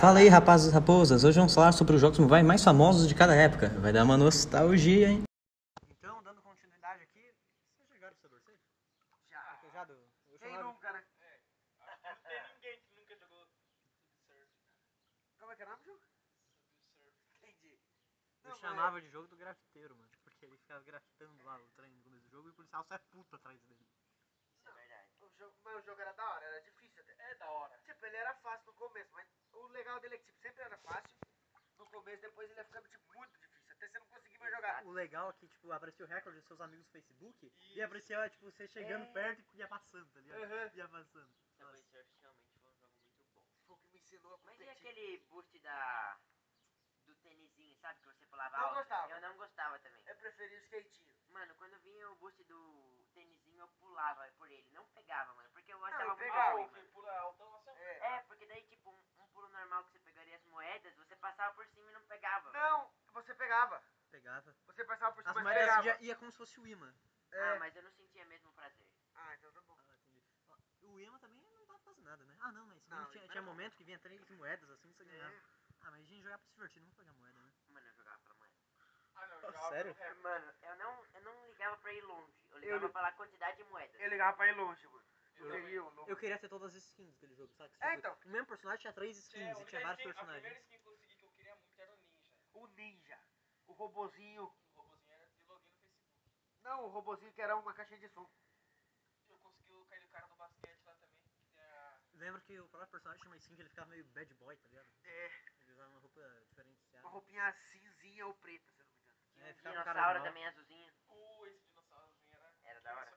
Fala aí, rapazes e raposas. Hoje vamos falar sobre os jogos mobile mais famosos de cada época. Vai dar uma nostalgia, hein? Então, dando continuidade aqui, vocês já jogaram Saber Safe? Já. já do... Ah, Eu Quem chamava... nunca, né? É, né? Como é que é o nome do jogo? Entendi. Eu Não, chamava de jogo do grafiteiro, mano. Porque ele ficava grafitando lá o trem no começo do jogo e o policial sai puto atrás dele. Isso é verdade. O jogo, mas o jogo era da hora, era difícil até. É da hora. Tipo, ele era fácil no começo, mas o legal dele é que tipo, sempre era fácil. No começo, depois ele ia ficando tipo, muito difícil. Até você não conseguir mais jogar. O legal é que, tipo, aparecia o recorde dos seus amigos no Facebook e aparecia, tipo, você chegando É. perto e ia passando, tá ligado? Aham. Ia passando. Nossa. Foi o é que me ensinou a Mas e competir. aquele boost da. do tênisinho, sabe? Que você pulava Não alto? gostava. Eu não gostava também. Eu preferia É o skatinho. Mano, quando vinha o boost do tênisinho, eu pulava por ele. Não pegava, mano. Porque eu eu achava muito pegava. ruim, mano. É. É, porque daí, tipo, um, um pulo normal que você pegaria as moedas, você passava por cima e não pegava. mano. Não, você pegava. Pegava. Você passava por As cima, mas moedas pegava. ia, ia como se fosse o imã. É. Ah, mas eu não sentia mesmo prazer. Ah, então tá bom. Ah, entendi. Ó, O imã também não dava quase nada, né? Ah, não, mas Não, tinha, imã tinha não. momento que vinha três moedas assim que você ganhava. É. Ah, mas a gente jogava pra se divertir, não pra pegar moeda, né? Mano, eu jogava pela moeda. Ah, Sério? É, Mano, eu não, eu não ligava pra ir longe. Eu ligava li- pela quantidade de moedas. Eu ligava pra ir longe, mano. Eu, Eu- queria um longe. Eu queria ter todas as skins daquele jogo, sabe? É, então. O mesmo personagem tinha três É, skins e tinha vários né? personagens. o ninja, o robozinho. Não, o robozinho que era uma caixinha de som. Lembra que o próprio personagem tinha uma skin que ele ficava meio bad boy, tá ligado? É, Ele usava uma roupa diferenciada. uma roupinha cinzinha ou preta, se eu não me engano. É, Tinha um ficava um cara dinossauro mal. também azulzinho. Era da hora.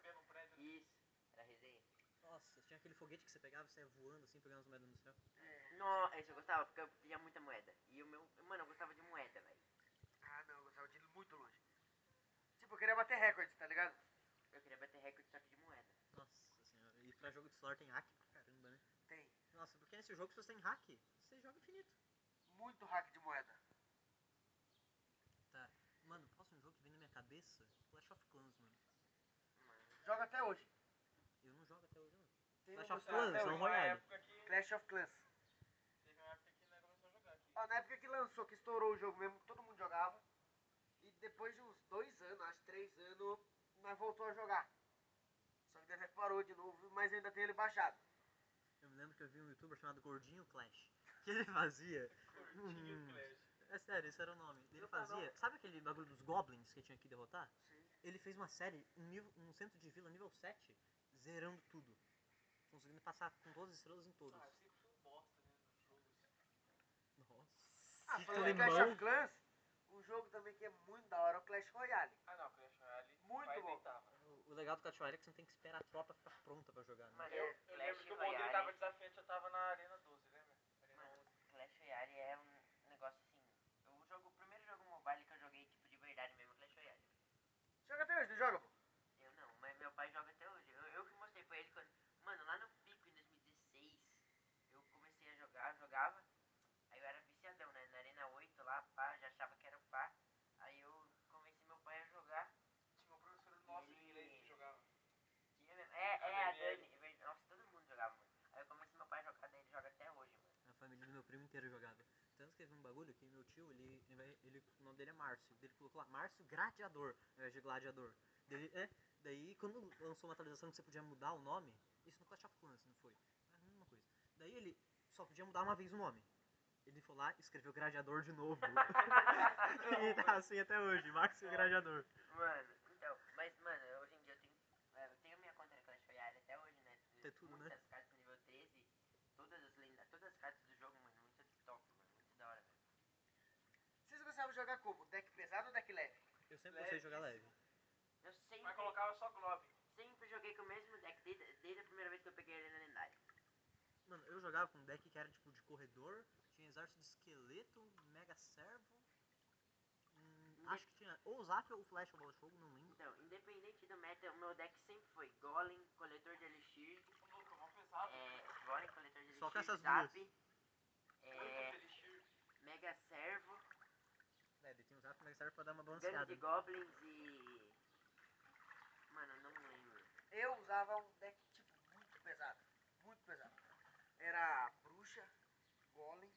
Isso, era resenha. Nossa, tinha aquele foguete que você pegava e você ia voando assim, pegando as moedas no céu. É. Não, esse eu gostava, porque eu pedia muita moeda. E o meu. Mano, eu gostava de moeda, velho. Ah, não, eu gostava de ir muito longe. Tipo, eu queria bater recorde, tá ligado? Eu queria bater recorde só que de moeda. Nossa senhora. E pra jogo de celular tem hack pra caramba, né? Tem Nossa, porque nesse jogo se você tem hack, você joga infinito. muito hack de moeda. Tá. Mano, o próximo jogo que vem na minha cabeça, Clash of Clans, mano. Joga até hoje. Eu não jogo até hoje, não. Tem Clash um of Tá, gostado Clans, até não hoje. é royale. Clash of Clans. tipo, Ah, na época que lançou, que estourou o jogo mesmo, todo mundo jogava. E depois de uns dois anos, acho que três anos, nós voltou a jogar. Só que depois parou de novo, mas eu ainda tenho ele baixado. é. Eu me lembro que eu vi um youtuber chamado Gordinho Clash. Que ele fazia. Hum, É sério, esse era o nome. Ele Meu canal. fazia. Sabe aquele bagulho dos goblins que tinha que derrotar? Sim. Ele fez uma série, um, nível, um centro de vila nível 7, zerando tudo. Conseguindo passar com todas as estrelas em todos. Ah, um né, Nossa. Ah, Que falando em climão. Clash of Clans, um jogo também que é muito da hora é o Clash Royale. Ah, Muito bom. O- O legal do Clash Royale é que você não tem que esperar a tropa ficar pronta pra jogar. Né? Mano, É, Clash Royale. Mano, Clash Royale é um negócio assim. O, jogo, o primeiro jogo mobile que eu joguei, tipo, de verdade mesmo, é Clash Royale. Joga até hoje, não joga? pô? Eu não, mas meu pai joga até hoje. Eu, eu que mostrei pra ele quando. Mano, lá no pico em 2016, eu comecei a jogar, jogava. Aí eu era viciadão, né? Na Arena 8 lá, pá, já achava que era o pá. Aí eu convenci meu pai a jogar. Tinha mesmo- É, é, a Dani. é verdade. Nossa, todo mundo jogava, mano. Aí eu comecei meu pai a jogar, daí ele joga até hoje, mano. A família do meu primo inteiro jogava. Tanto que teve um bagulho que meu tio, ele, ele, vai- ele- o nome dele é Márcio. Ele colocou lá Márcio Gladiador, ao invés de Gladiador. Dele, é, daí, quando lançou uma atualização que você podia mudar o nome, isso no Clash of Clans, não foi? É a mesma coisa. Daí ele só podia mudar uma vez o nome. Ele foi lá e escreveu Gladiador de novo. e tá assim até hoje, Márcio Gladiador. Mano, então, mas mano, hoje em dia eu tenho, é, eu tenho minha conta de Clash Royale até hoje, né? Tem tudo, né? Muitas cartas nível 13, todas as lendas, todas as cartas do jogo, mano, muito top, mano, muito da hora, velho. Vocês gostavam de jogar como? Deck pesado ou deck leve? Eu sempre gostei de jogar leve. Eu sempre, Mas colocava só Globe. sempre joguei com o mesmo deck, desde, desde a primeira vez que eu peguei ele na lendária. Mano, eu jogava com um deck que era tipo de corredor, tinha exército de esqueleto, mega servo. hum, Inde- acho que tinha ou o Zap ou o Flash ou o Bola de Fogo, não lembro. Então, independente do meta, o meu deck sempre foi Golem, Coletor de Elixir, é, Golem, Coletor de Elixir, Só com essas Zap, duas. é, Mega Servo, É, daí tinha o Zap e o Mega Servo pra dar uma Gangue balanceada. de Goblins e... Mano, eu não lembro. Eu usava um deck tipo muito pesado. Muito pesado. Era bruxa, golem,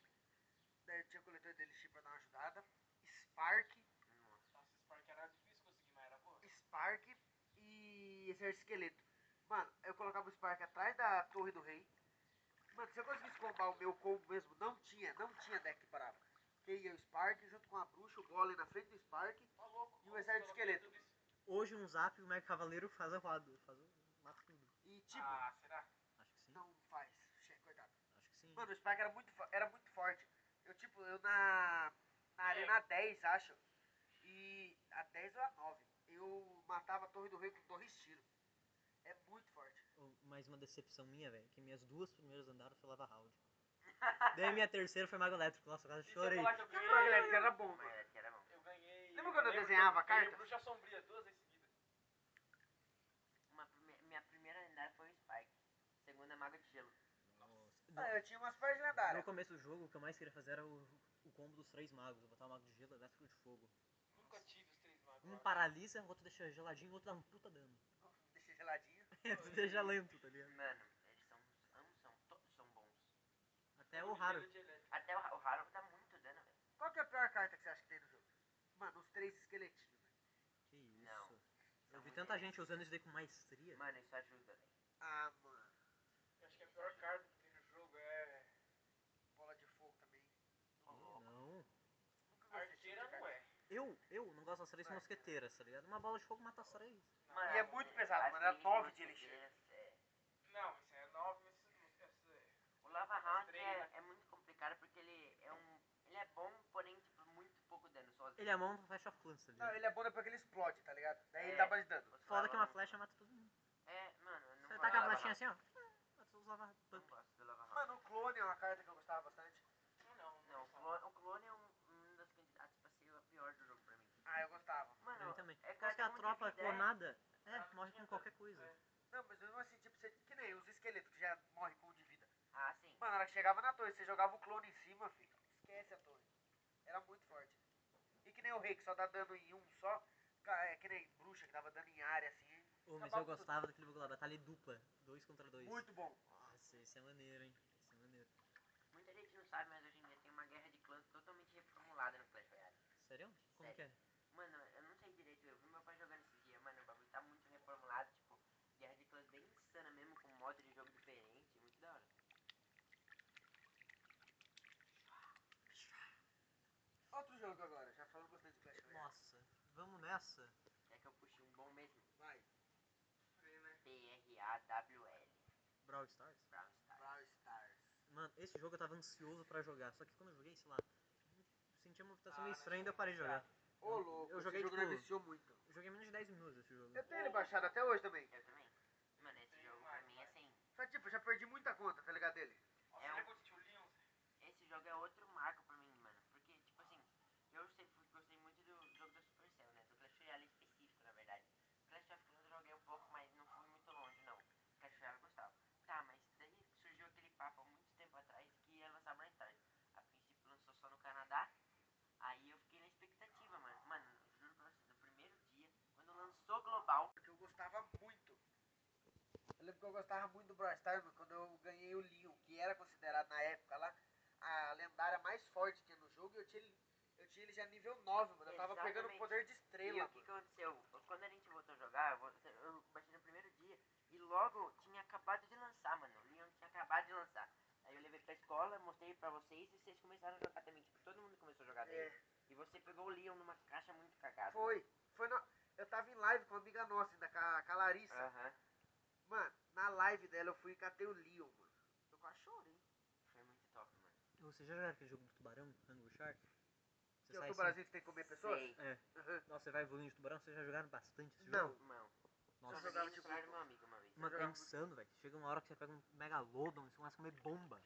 tinha coletor de elixir pra dar uma ajudada. Spark, Nossa, esse parque era difícil conseguir, mas era boa. Spark e exército esqueleto. Mano, eu colocava o Spark atrás da torre do rei. Mano, se eu conseguisse combar o meu combo mesmo, não tinha, não tinha deck bravo. Porque ia o Spark junto com a bruxa, o golem na frente do Spark. Tá louco. E o exército Coloquei esqueleto? tudo isso. Hoje um zap, o Mega Cavaleiro faz a roda. Faz o... Mata tudo. E tipo, Ah, será? Acho que sim. não faz. Che, Coitado. Acho que sim. Mano, o Spark era muito, fo- era muito forte. Eu, tipo, eu na, na Arena 10, acho. E a 10 ou a 9. Eu matava a Torre do Rei com dois tiros. É muito forte. Oh, Mais uma decepção minha, velho. Que minhas duas primeiras andaram foi Lava Round. Daí minha terceira foi Mago Elétrico. Nossa, quase E se eu chorei. falar que eu O ganhei- Spark elétrico É, era bom, mano. Mas que era bom. Eu ganhei. Lembra quando eu lembro desenhava que eu ganhei carta? Bruxa Sombria duas vezes seguidas. Uma prime- minha primeira lendária foi o Spike. Segunda, Mago de Gelo. Nossa. Ah, eu tinha umas partes No lendárias. começo do jogo, o que eu mais queria fazer era o, o combo dos três magos. Botar o mago de gelo, elétrico e de fogo. Nunca tive os três magos. Um lá. paralisa, o outro deixa geladinho, o outro dá um puta dano. Deixei geladinho. tu deixa lento, tá é- ligado? Mano, eles são. Ambos são. Todos são bons. Até o raro. Gelo de elétrico. Até o, Ra- o Harold dá muito dano, velho. Qual que é a pior carta que você acha que tem no jogo? Mano, os três esqueletinhos. velho. Que Não. isso. Eu São vi muito tanta bons. gente usando isso daí com maestria. Mano, isso ajuda, velho. Ah, mano. Eu Acho que é a pior carta que tem no jogo é. Bola de fogo também. Ô, louco. Não. Nunca gostei desse tipo Arqueira de não carta. é. Eu, eu não gosto das três mosqueteiras, tá ligado? Uma bola de fogo mata as três. Mano, assim, E é muito pesado, as mano. Era três 9 de elixir. mosqueteiras, é. Não, isso é nove, mas isso- isso é- O Lava Hound Três, né? é, é muito complicado porque ele é um. Ele é bom, porém, tipo, muito pouco dano sozinho. Ele é a mão do Flash of Clans, tá Não, ligado? ele é bom depois que ele explode, tá ligado? Daí ele É. dá mais dano. Os Foda que uma Lava flecha mata todo mundo. Hound- É, mano, eu não Você gosto taca a do Lava flechinha assim, ó. Mata os lava Hound. Não gosto do Lava Hound. Mano, o clone é uma carta que eu gostava bastante. Não, não, Não, o clone, o clone é um, um das candidatas pra ser a pior do jogo pra mim. Ah, eu gostava. Pra Mano, mim também. é Acho que a muito tropa ideia. clonada Ah, é, morre com então, qualquer coisa. é. Não, mas mesmo assim, tipo, você, que nem os esqueletos que já morrem com um de vida. Ah, sim. Mano, na hora que chegava na torre, você jogava o clone em cima, filho. Esquece a torre. Era muito forte. E que nem o rei, que só dá dano em um só. Ca- É que nem bruxa, que dava dano em área, assim. Ô, mas Acabava eu gostava daquele bagulho lá, batalha dupla, dois contra dois. Muito bom. Nossa, esse é maneiro, hein? Esse é maneiro. Muita gente não sabe, mas hoje em dia tem uma guerra de clãs totalmente reformulada no Clash Royale. Sério? Como que é? Mano, eu não sei direito, eu vi meu pai jogando esse dia, mano, o bagulho tá muito reformulado, tipo, guerra de clãs bem insana mesmo, com modo de jogo diferente, muito da hora. Outro jogo agora, já falando bastante de Clash Royale. é? Nossa, vamos nessa. É que eu puxei um bom mesmo. Vai, B-R-A-W-L. Brawl Stars? Brown Stars. Brawl Stars. Mano, esse jogo eu tava ansioso pra jogar, só que quando eu joguei, sei lá, senti uma Ah, mutação meio mas estranha e eu foi tá. parei de jogar. Ô, louco, eu esse joguei, jogo tipo, não viciou muito. Eu joguei menos de 10 minutos esse jogo. Eu tenho ele baixado até hoje também. Eu também. Mano, esse Tem jogo pra mais, mim, vai. assim, Só que, tipo, eu já perdi muita conta, tá ligado? Dele. Nossa, É um- lembra quando tinha o Leon? esse jogo é outro marco pra mim, mano. Porque, tipo assim, eu sempre fui- gostei muito do jogo da Supercell, né? Do Clash Royale específico, na verdade. Clash of Clans eu joguei um pouco, mas não fui muito longe, não. Clash Royale eu gostava. Tá, mas daí surgiu aquele papo há muito tempo atrás que ia lançar Brawl Stars. A princípio lançou só no Canadá. Aí eu fiquei na expectativa, mano. Mano, eu juro pra vocês, no primeiro dia, quando lançou Global, Porque eu gostava muito. Eu lembro que eu gostava muito do Brawl Stars mano, quando eu ganhei o Leon, que era considerado na época lá a lendária mais forte que tinha no jogo. E eu tinha ele, eu tinha ele já nível 9, mano. Eu tava pegando o Exatamente. poder de E estrela, o que, mano. que aconteceu? Quando a gente voltou a jogar, eu, voltei- eu baixei no primeiro dia e logo tinha acabado de lançar, mano. O Leon tinha acabado de lançar. Aí eu levei pra escola, mostrei pra vocês e vocês começaram a jogar também. Tipo, todo mundo começou a jogar daí. É, E você pegou o Leon numa caixa muito cagada. foi. foi na- Eu tava em live com uma amiga nossa ainda, com a, com a Larissa. Aham. Mano, na live dela eu fui e catei o Leon, mano. Eu quase chorei. Foi muito top, mano. Você já jogaram aquele jogo do tubarão, Hungry Shark? Você Que é o sai Brasil tem que comer pessoas? Sei. assim- É. Aham. Nossa, você vai evoluindo de tubarão, vocês já jogaram bastante esse Não. jogo? Não. Nossa, eu jogava joguei de no celular do boa. meu um amigo uma vez. Mano, é jogava- insano, velho. Chega uma hora que você pega um megalodon, você começa a comer bomba.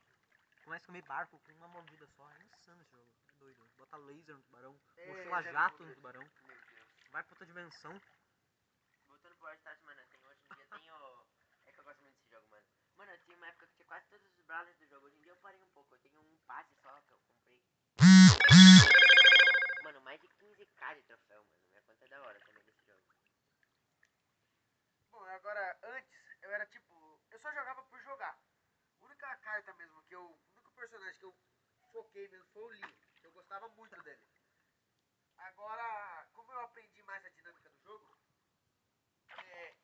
Começa a comer barco com uma mordida só. É insano esse jogo. É doido. Bota laser no tubarão, É, mochila já vi jato tudo no isso. tubarão, Meu Deus. vai pra outra dimensão. Voltando pro All-Stars, mano, eu tenho, hoje em dia eu tenho. É que eu gosto muito desse jogo, mano. Mano, eu tinha uma época que tinha quase todos os brawlers do jogo. Hoje em dia eu parei um pouco. Eu tenho um passe só que eu comprei. Mano, mais de 15k de troféu, mano. Minha conta é da hora também desse jogo. Bom, agora, antes, eu era tipo. Eu só jogava por jogar. A única carta mesmo que eu. O único personagem que eu foquei mesmo foi o Leon. gostava muito dele. Agora, como eu aprendi mais a dinâmica do jogo, é,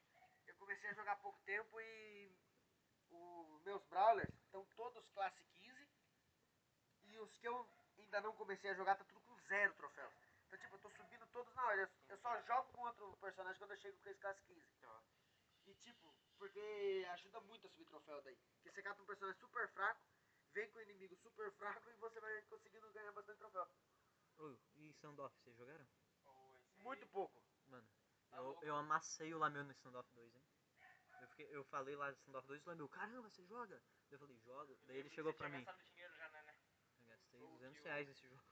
eu comecei a jogar há pouco tempo e os meus brawlers estão todos classe 15 e os que eu ainda não comecei a jogar tá tudo com zero troféus. Então, tipo, eu tô subindo todos na hora. Eu, eu só jogo com outro personagem quando eu chego com esse classe 15. E, tipo, porque ajuda muito a subir troféu daí. Porque você cata um personagem super fraco, vem com o inimigo super fraco e você vai conseguindo ganhar bastante troféu. É. Ô, e Sandoff, vocês jogaram? Muito pouco. Mano, Tá eu, eu amassei o Lameu no Standoff 2, hein? Eu, fiquei, eu falei lá no Standoff 2 e o Lameu, caramba, você joga? Daí Eu falei, joga. Daí ele chegou pra mim. né, Eu gastei 200 reais nesse jogo.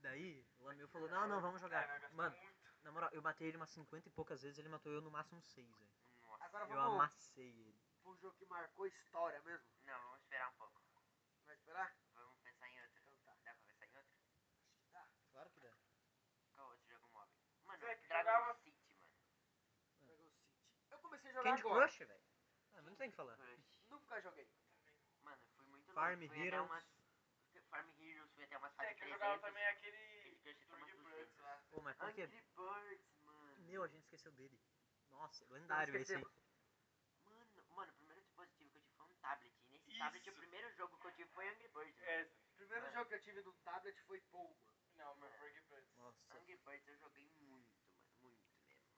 Daí o Lameu falou, não, não, vamos É, jogar. Mano, na moral, eu batei ele umas 50 e poucas vezes, ele matou eu no máximo 6, velho. Agora Eu vamos amassei ele. pro jogo que marcou história mesmo. Não, vamos esperar um pouco. Vai esperar? Vamos pensar em outro. Então Dá pra pensar em outro? Tá. Claro que dá. Qual outro jogo móvel? Mano, Zé, que Dragon jogava- City, mano. Dragon City. Eu comecei a jogar Candy agora. Crush, velho. Ah, não tem o que falar. Crush. Nunca joguei. Mano, fui muito Farm longe. Fui até Heroes. umas... Farm Heroes, fui até umas É, fases que eu jogava 300. também aquele. Candy Crush tá Angry mais Birds gostoso. lá. Ô, mas por que? Angry Birds, mano. Meu, a gente esqueceu dele. Nossa, é lendário esse. esquecemos. aí. Mano, mano, o primeiro dispositivo que eu tive foi um tablet. E nesse Isso. tablet, o primeiro jogo que eu tive foi Angry Birds. mano. É, O primeiro Mano. jogo que eu tive no tablet foi Pomba. não, meu, foi Angry Birds. Nossa. Angry Birds eu joguei muito, mano. Muito mesmo.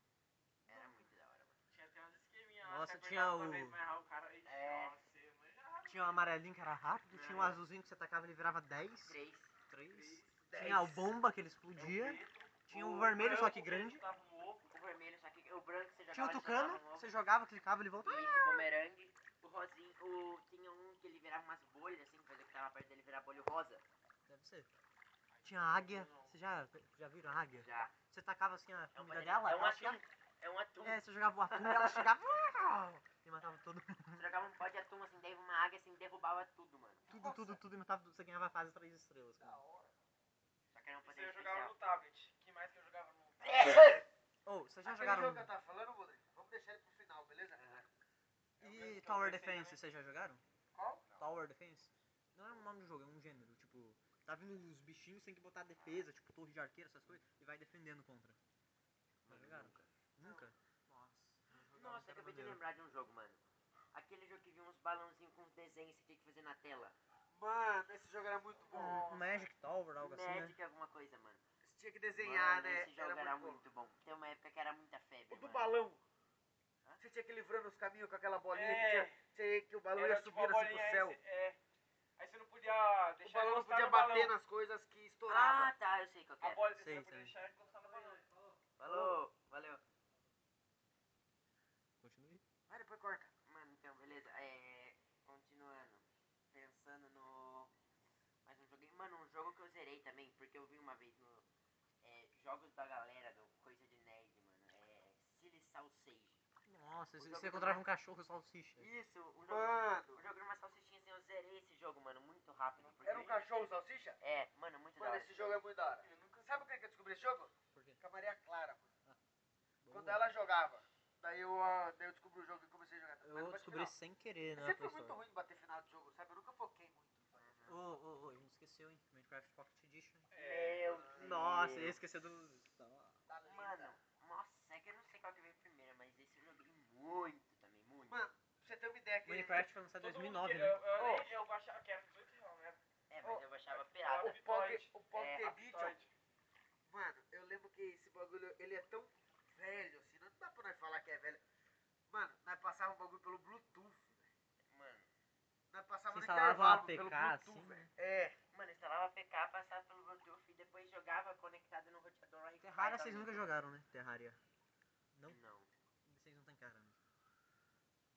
Era muito da hora, mano. Tinha até uns esqueminha lá. Nossa, você tinha apertava uma o- vez pra errar o cara. Ixi, É. nossa, você manjava. Tinha um amarelinho que era rápido, tinha um É. azulzinho que você atacava ele virava 10. Três. 3. Dez. Tinha a bomba que ele explodia. Tinha o vermelho, só que grande. Tava um ovo. O vermelho, só que o branco você jogava. Tinha o ele tucano, soltava um ovo. você jogava, clicava, ele voltava. Isso, bumerangue. O rosinho, o, tinha um que ele virava umas bolhas, assim, que fazia que tava perto dele virar bolho rosa. Deve ser. Tinha a águia, você já, já viram a águia? Já. Você tacava assim a É um, comida é dela, um ela chegava, atum. É um atum. é, você jogava o atum e ela chegava e matava todo mundo. Você jogava um pó de atum, assim, daí uma águia, assim, derrubava tudo, mano. Tudo, tudo, tudo, e matava tudo. Você ganhava quase três estrelas. Da Cara. hora. Só que era um Isso poder eu jogava especial. no tablet. que mais que eu jogava no. Oh, vocês já Aquele jogaram É. jogo que eu tava falando, Rodrigo, vamos deixar ele pro final, beleza? é E Tower né? Defense, vocês já jogaram? Qual? Tower Defense? Não é um nome de jogo, é um gênero. Tipo, tá vindo os bichinhos, tem que botar defesa, tipo torre de arqueiro, essas coisas, e vai defendendo contra. Já jogaram? Nunca? Nossa. Nossa, acabei de lembrar de um jogo, mano. Aquele jogo que vinha uns balãozinhos com uns desenhos que tinha que fazer na tela. Mano, esse jogo era muito bom. Um Magic Tower, algo assim, né? Magic, alguma coisa, mano. Você tinha que desenhar, Mano, né? Esse jogo era, bom. muito bom. Tem uma época que era muita febre, O do mano. balão. Hã? Você tinha que livrando os caminhos com aquela bolinha que, É. tinha, você- que o balão Era ia tipo subindo uma assim pro bolinha, céu. aí você- é. Aí você não podia O deixar balão não encostar podia no bater balão. nas coisas que estouravam. Ah, tá, eu sei qual que A é. bola você Sim, não podia sim. deixar encostar no balão. Falou, valeu. Continue. Vai, depois corta. Mano, então, beleza. É, continuando. Pensando no... Mais um joguinho. Mano, um jogo que eu zerei também, porque eu vi uma vez no... É, jogos da galera, do Coisa de Nerd, mano. É... Silly Salsage. Hum. Nossa, O você jogo você do encontrava Mario. um cachorro salsicha. Isso, um jogo... Mano, Um jogo de uma salsichinha assim, eu zerei esse jogo, mano, muito rápido. porque- era um cachorro salsicha? É, mano, muito da Mano, hora. esse jogo é muito da hora. Sabe o que que eu descobri esse jogo? Por quê? Com a Maria Clara, mano. Quando Boa. ela jogava. Daí eu, ah, daí eu descobri o jogo e comecei a jogar. Mas Eu bati descobri final. sem querer, Eu né, É sempre fui muito pessoal? ruim de bater final de jogo, sabe? Eu nunca foquei muito. Ô, ô, ô, a gente esqueceu, hein? Minecraft Pocket Edition. Meu Deus. Nossa, eu ia esquecer do... Da lenda. Mano, nossa, é que eu não sei qual que veio primeiro, mas esse eu joguei muito também, muito. Mano, pra você ter uma ideia, aquele, Minecraft foi lançado em Todo mundo 2009, que- né? Eu, eu, nem- eu achava que era 18 reais, né? é, mas oh, eu achava eu- pirada. eu- o Pocket, o Pocket É, Edition, Aptoide. Mano, eu lembro que esse bagulho, ele é tão velho, assim, não dá pra nós falar que é velho. Mano, nós passávamos o bagulho pelo Bluetooth, velho. Mano, Nós passávamos Vocês no instalavam intervalo APK, pelo Bluetooth, assim? velho. É, mano, eu instalava PK, passava pelo Bluetooth e depois jogava conectado no roteador aí. Terraria É vocês nunca jogaram, né? Terraria. Não. Não? Vocês não tem cara, né?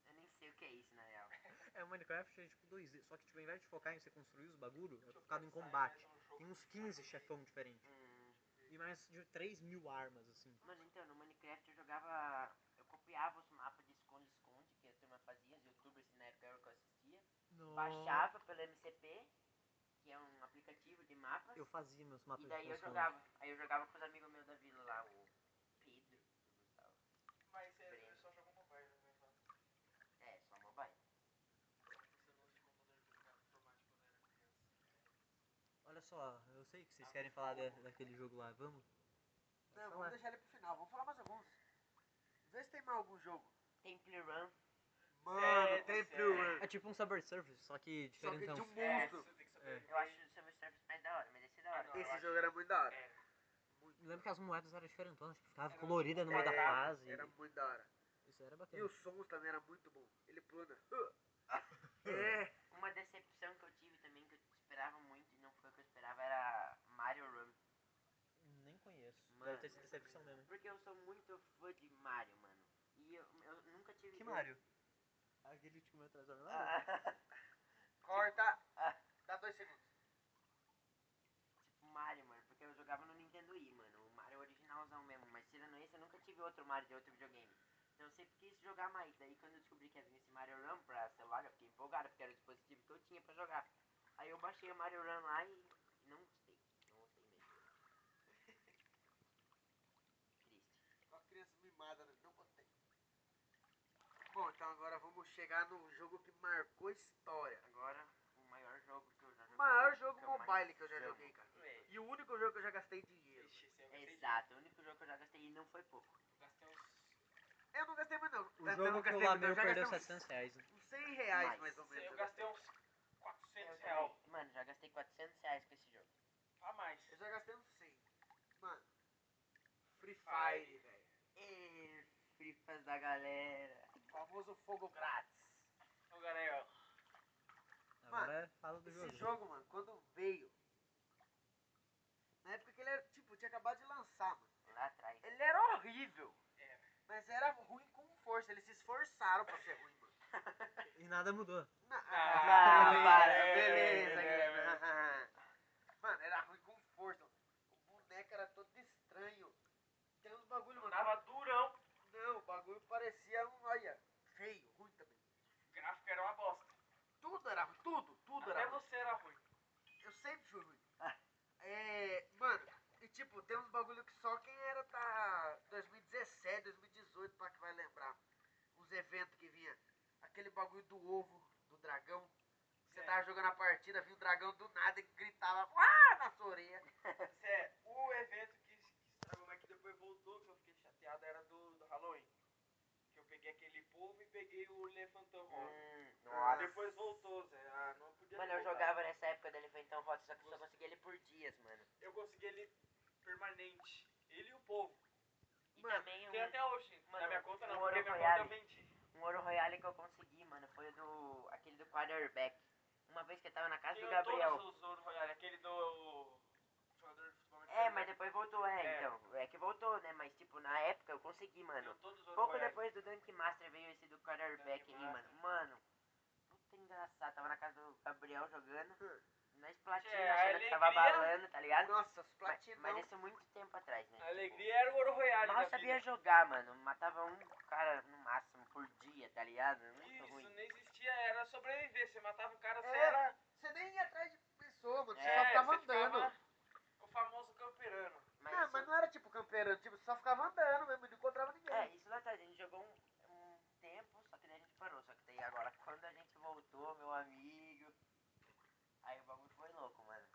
Eu nem sei o que é isso, na real. É, o Minecraft é tipo 2D, só que tipo, ao invés de focar em você construir os bagulho, é focado em combate. Tem uns 15 chefão diferentes. Hum, E mais de 3 mil armas, assim. mano, então, no Minecraft eu jogava... Eu copiava os mapas de esconde-esconde que a turma fazia, os youtubers na época era o que eu assistia. Baixava pelo MCP, que é um aplicativo de mapas. Eu fazia meus mapas E de daí eu console. jogava. Aí eu jogava com os amigos meus da vila lá, o Pedro, o Gustavo. Mas é, eu só jogo mobile, né? Só- É, só mobile. esse lance de computador de informático, né? Olha só, eu sei que vocês querem falar da- daquele jogo lá, vamos? Não, falar. vamos deixar ele pro final. Vamos falar mais alguns. Vê se tem mais algum jogo. Temple Run. É, tá certo. Run. É tipo um Subway Surface, só que Só que de diferentão. um É, monstro. você tem que saber. Eu acho o Summer Service mais da hora, mas esse é da hora. É, Esse jogo era muito da hora. É, Eu lembro que as moedas eram diferentonas, tipo, ficava Era- colorida no meio da era- fase. Era muito da hora. Isso era E bacana. os sons também era muito bom. Ele plana. É. Uma decepção que eu tive também, que eu esperava muito e não foi o que eu esperava, era Mario Run. Nem conheço. Mano. Deve ter sido decepção mesmo. hein? Porque eu sou muito fã de Mario, mano. E eu, eu nunca tive. Que Mario? Aquele que meu transforma Ah, Corta. Ah, Dá dois segundos. tipo Mario, mano. Porque eu jogava no Nintendo Wii, mano. O Mario originalzão mesmo. Mas tirando esse, eu nunca tive outro Mario de outro videogame. Então eu sempre quis jogar mais. Daí quando eu descobri que ia vir esse Mario Run pra celular, eu fiquei empolgado, porque era o dispositivo que eu tinha pra jogar. Aí eu baixei o Mario Run lá e não gostei. Não gostei mesmo. Triste. Uma criança mimada, né? Não gostei. Bom, então agora vamos chegar no jogo que marcou história. Agora, o maior jogo que eu já joguei. O maior jogo que é eu mais mobile que eu já amo. joguei, cara. ué, E o único jogo que eu já gastei dinheiro. ixi, esse eu gastei Exato, o único jogo que eu já gastei e não foi pouco. dinheiro. Gastei uns. Eu não gastei mais não. O Eu jogo não que o gastei mais, Lameu eu já perdeu gastei uns 700 reais. né? uns 100 reais, Mais. mais ou menos. Eu eu gastei. gastei uns 400 reais Mano, já gastei 400 reais com esse jogo. a mais. Eu já gastei uns 100. Mano. Free Fire, velho. Ê, fripas da galera. Famoso fogo grátis. Ô, Então, galera, ó. Agora fala do Esse jogo. jogo, mano, quando veio. Na época que ele era, tipo, tinha acabado de lançar, mano. Lá atrás. Ele é era horrível. É. Mas era ruim com força. Eles se esforçaram pra ser ruim, mano. E nada mudou. Na- Ah, beleza, para. beleza, É, Guilherme. Mano, era ruim com força. O boneco era todo estranho. Tem uns bagulho, mano. Tava durão. Não, o bagulho parecia um. Olha, feio, ruim também. O gráfico era uma bosta. Tudo era ruim, tudo, tudo Até era ruim. você era ruim. Eu sempre fui ruim. É, mano, e tipo, tem uns bagulho que só quem era tá 2017, 2018 pra que vai lembrar. Os eventos que vinha. Aquele bagulho do ovo, do dragão. Você É. tava jogando a partida, viu o dragão do nada e gritava ah! na sua orelha. Sério, é o evento que, que estragou, mas que depois voltou, que eu fiquei chateado, era do, do Halloween. Que eu peguei aquele povo e peguei o elefantão rosa. Hum, Ah, nossa. depois voltou, Zé. Ah, não podia Mano, ter eu voltado. jogava nessa época do Elefantão Rosa, só que eu só consegui ele por dias, mano. Eu consegui ele permanente. Ele e o povo. E Mano, também Tem um, até hoje. Mano, na minha conta não, um porque Oro minha Royale. conta eu vendi. um Ouro Royale que eu consegui, mano, foi o do. aquele do quarterback. Uma vez que eu tava na casa Tem do o- Gabriel. todos os Oro Royale, aquele do jogador de futebol É, americano. mas depois voltou, é, É. então. É que voltou, né? Mas tipo, na época eu consegui, mano. Tem todos os Oro Um Pouco Royale. depois do Dunk Master veio esse do quarterback Dunk aí, mano. Mano, puta engraçado. Tava na casa do Gabriel jogando. Na esplatina, Hum. É, a achando que tava alegria. é balando, tá ligado? Nossa, os Mas- platinão. Mas isso é muito tempo atrás, né? um A alegria era o Oro Royale. Mal da sabia vida. jogar, mano. Matava um cara no máximo por dia, tá ligado? Muito Isso ruim. nem existia, era sobreviver. Você matava o cara, você É, era. Você nem ia atrás de pessoa, mano. Você É, só ficava você ficava andando. O famoso camperano. Mas, não, isso, mas não era tipo campeirando, tipo, só ficava andando mesmo, não encontrava ninguém. É, isso lá atrás. A gente jogou um, um tempo, só que daí a gente parou. Só que daí agora, quando a gente voltou, meu amigo. Aí o bagulho foi louco, mano.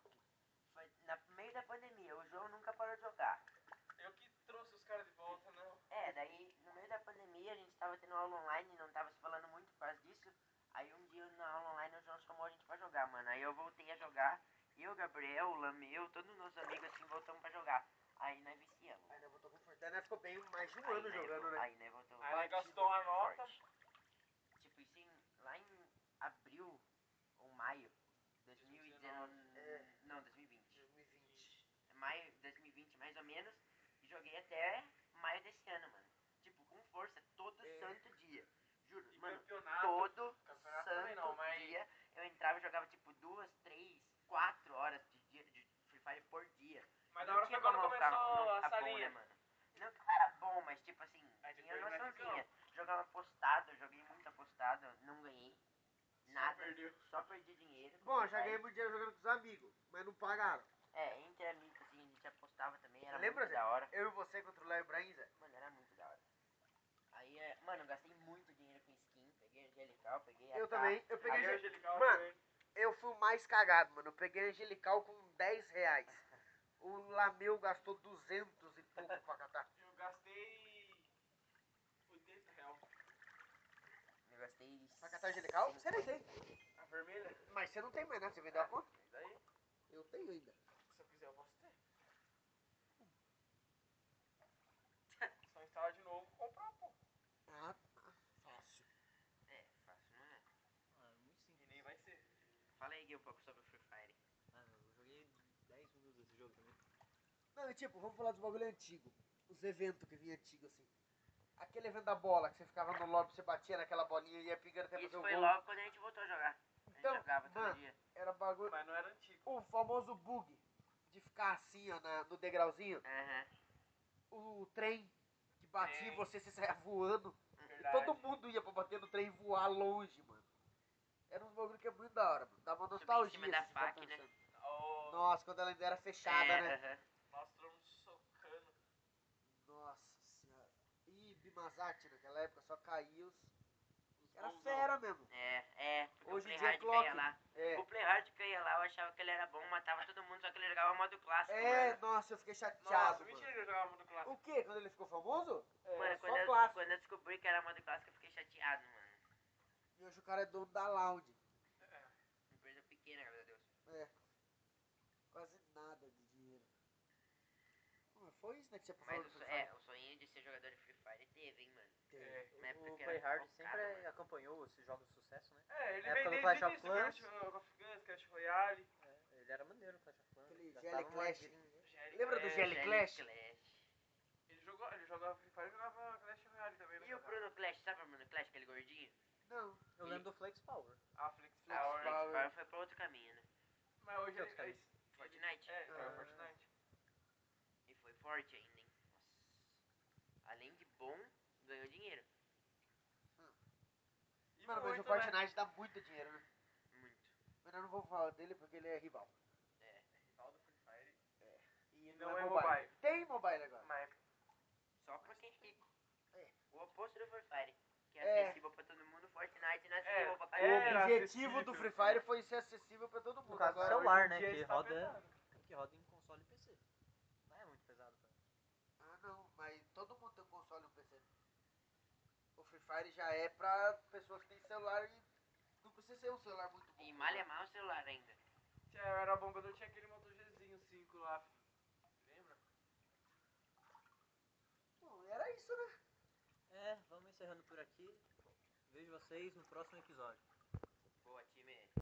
Foi na- no meio da pandemia. O João nunca parou de jogar. Eu que trouxe os caras de volta, né? não. É, daí no meio da pandemia a gente tava tendo aula online, não tava se falando muito por causa disso. Aí um dia na aula online o João chamou a gente pra jogar, mano. Aí eu voltei a jogar, eu, Gabriel, o Lameu, todos os nossos amigos assim voltamos pra jogar. Aí nós viciamos. Ainda voltou com força. Ainda ficou bem mais de um Aí ano nós jogando, vo- né? Aí nós voltamos. Aí nós batido, gastou uma nota. forte. Tipo, isso em- lá em abril ou maio de 2019. É. eh, Não, 2020. 2020. É maio de 2020, mais ou menos, e joguei até maio desse ano, mano. Tipo, com força, todo É. santo dia. Juro, E mano, campeonato. todo campeonato também santo não, mas- dia eu entrava e jogava, tipo, duas, três, quatro horas de, dia, de Free Fire por dia. Mas da Não hora tinha foi quando como começou ficar- não a ficar bom, salinha. né, mano? Não que eu era bom, mas tipo assim, Aí tinha depois vai noçãozinha. Jogava apostado, eu joguei muito apostado, não ganhei nada, Só perdeu. só perdi dinheiro. Bom, eu já Aí- ganhei muito dinheiro jogando com os amigos, mas não pagaram. É, entre amigos, assim, a gente apostava também, era Lembra, muito Zé? da hora. Eu e você contra o Léo Brainza. Mano, era muito da hora. Aí, é, mano, eu gastei muito dinheiro com skin. Peguei angelical, peguei. Eu AK. também, eu Aí peguei. Angelical Mano, também. eu fui o mais cagado, mano. Eu peguei Angelical com 10 reais. O Lameu gastou 200 e pouco pra catar. Eu gastei 80 reais. Eu gastei. Pra catar Angelical? Você nem tem. A vermelha? Mas você não tem mais, né? Você vendeu a conta? E daí? Eu tenho ainda. Se eu quiser, eu posso ter. Só instalar de novo e comprar, pô. Ah, fácil. É, fácil, não é? Ah, muito simples. E nem vai ser. Fala aí, Gui, um pouco sobre o Free Fire. Ah, eu joguei 10 minutos desse jogo também. Não, e tipo, vamos falar dos bagulho antigo. Os eventos que vinha antigo, assim. Aquele evento da bola, que você ficava no lobby, você batia naquela bolinha e ia pingando até fazer Isso o foi gol. logo quando a gente voltou a jogar. A gente Então, jogava todo mano. dia. Era bagulho... Mas não era antigo. O famoso bug. De ficar assim, ó, na- no degrauzinho. Aham. É. O trem que batia em Trem. você, você saia voando. E Verdade. todo mundo ia pra bater no trem e voar longe, mano. Era um bagulho que é muito da hora, mano. Dá uma Subir em nostalgia. cima da assim, ficar faca, né? pensando. Oh, Nossa, quando ela ainda era fechada, É, né? aham. Nós estamos socando. Nossa senhora. Ih, Bimazati naquela época só caiu os... os Era bonzão. fera mesmo. É, é. Porque Hoje o em dia Play é Hard caía clock. lá. É. O Play Hard caía lá, eu achava que ele era bom, matava todo mundo, só que ele jogava modo clássico. É, mano. nossa, eu fiquei chateado, Nossa, mentira mano. que eu jogava no clássico. O quê? Quando ele ficou famoso? É, Mano, só quando eu, clássico. quando eu descobri que era modo clássico, eu fiquei chateado, mano. E hoje o cara é dono da lounge. Uma coisa pequena, meu Deus. É. Quase nada de dinheiro. Não, mas foi isso, né, que você falou Mas do o, so- Free Fire? é, o sonho de ser jogador de Free Fire teve, hein, mano. Teve. É. Na época O que Play era Hard focado, é né? sempre mano. acompanhou esses jogos de sucesso, né? É, ele Na vem época do desde Clash o of início, Clash, Clans. Clans, Clash of Clans, Clash Royale. É, ele era maneiro, Clash of Clans. Aquele gastava Jelly uma Clash. dinheirinho. Jelly Lembra do É, Clans. Jelly Clash? Ele jogou, ele jogava Free Fire e jogava Clash Royale também. né? não E o jogava? Bruno Clash, sabe o Bruno Clash, aquele gordinho? Não. Eu lembro do Flex Power. Ah, Flex Flex. Ah, Power. o Flex Power foi pra outro caminho, né? Mas hoje Outro ele... caminho. ele- Fortnite. É, ele joga Ah. Fortnite. E foi forte ainda, hein? Nossa. Além de bom, ganhou dinheiro. Mano, mas E o muito, né? Fortnite dá muito dinheiro, né? Muito. Mas eu não vou falar dele porque ele é rival. Tal do Free Fire. E não é mobile. Tem mobile agora. Mas Só pra quem é rico. É. O oposto do Free Fire. Que é, É. acessível pra todo mundo, Fortnite não é acessível pra É, caralho. era o objetivo acessível. do Free Fire foi ser acessível pra todo mundo. caso, Agora, são celular, né, hoje em dia que isso tá roda- pesado. Que roda em console e PC. Não é muito pesado, cara. Ah, não, mas todo mundo tem um console e um PC. O Free Fire já é pra pessoas que têm celular e não precisa ser um celular muito bom. E malha mal o celular ainda. Tinha- Eu era bom quando eu tinha aquele Moto Gzinho 5 lá. fi. Lembra? Bom, era isso, né? É, vamos encerrando por aqui. Vejo vocês no próximo episódio.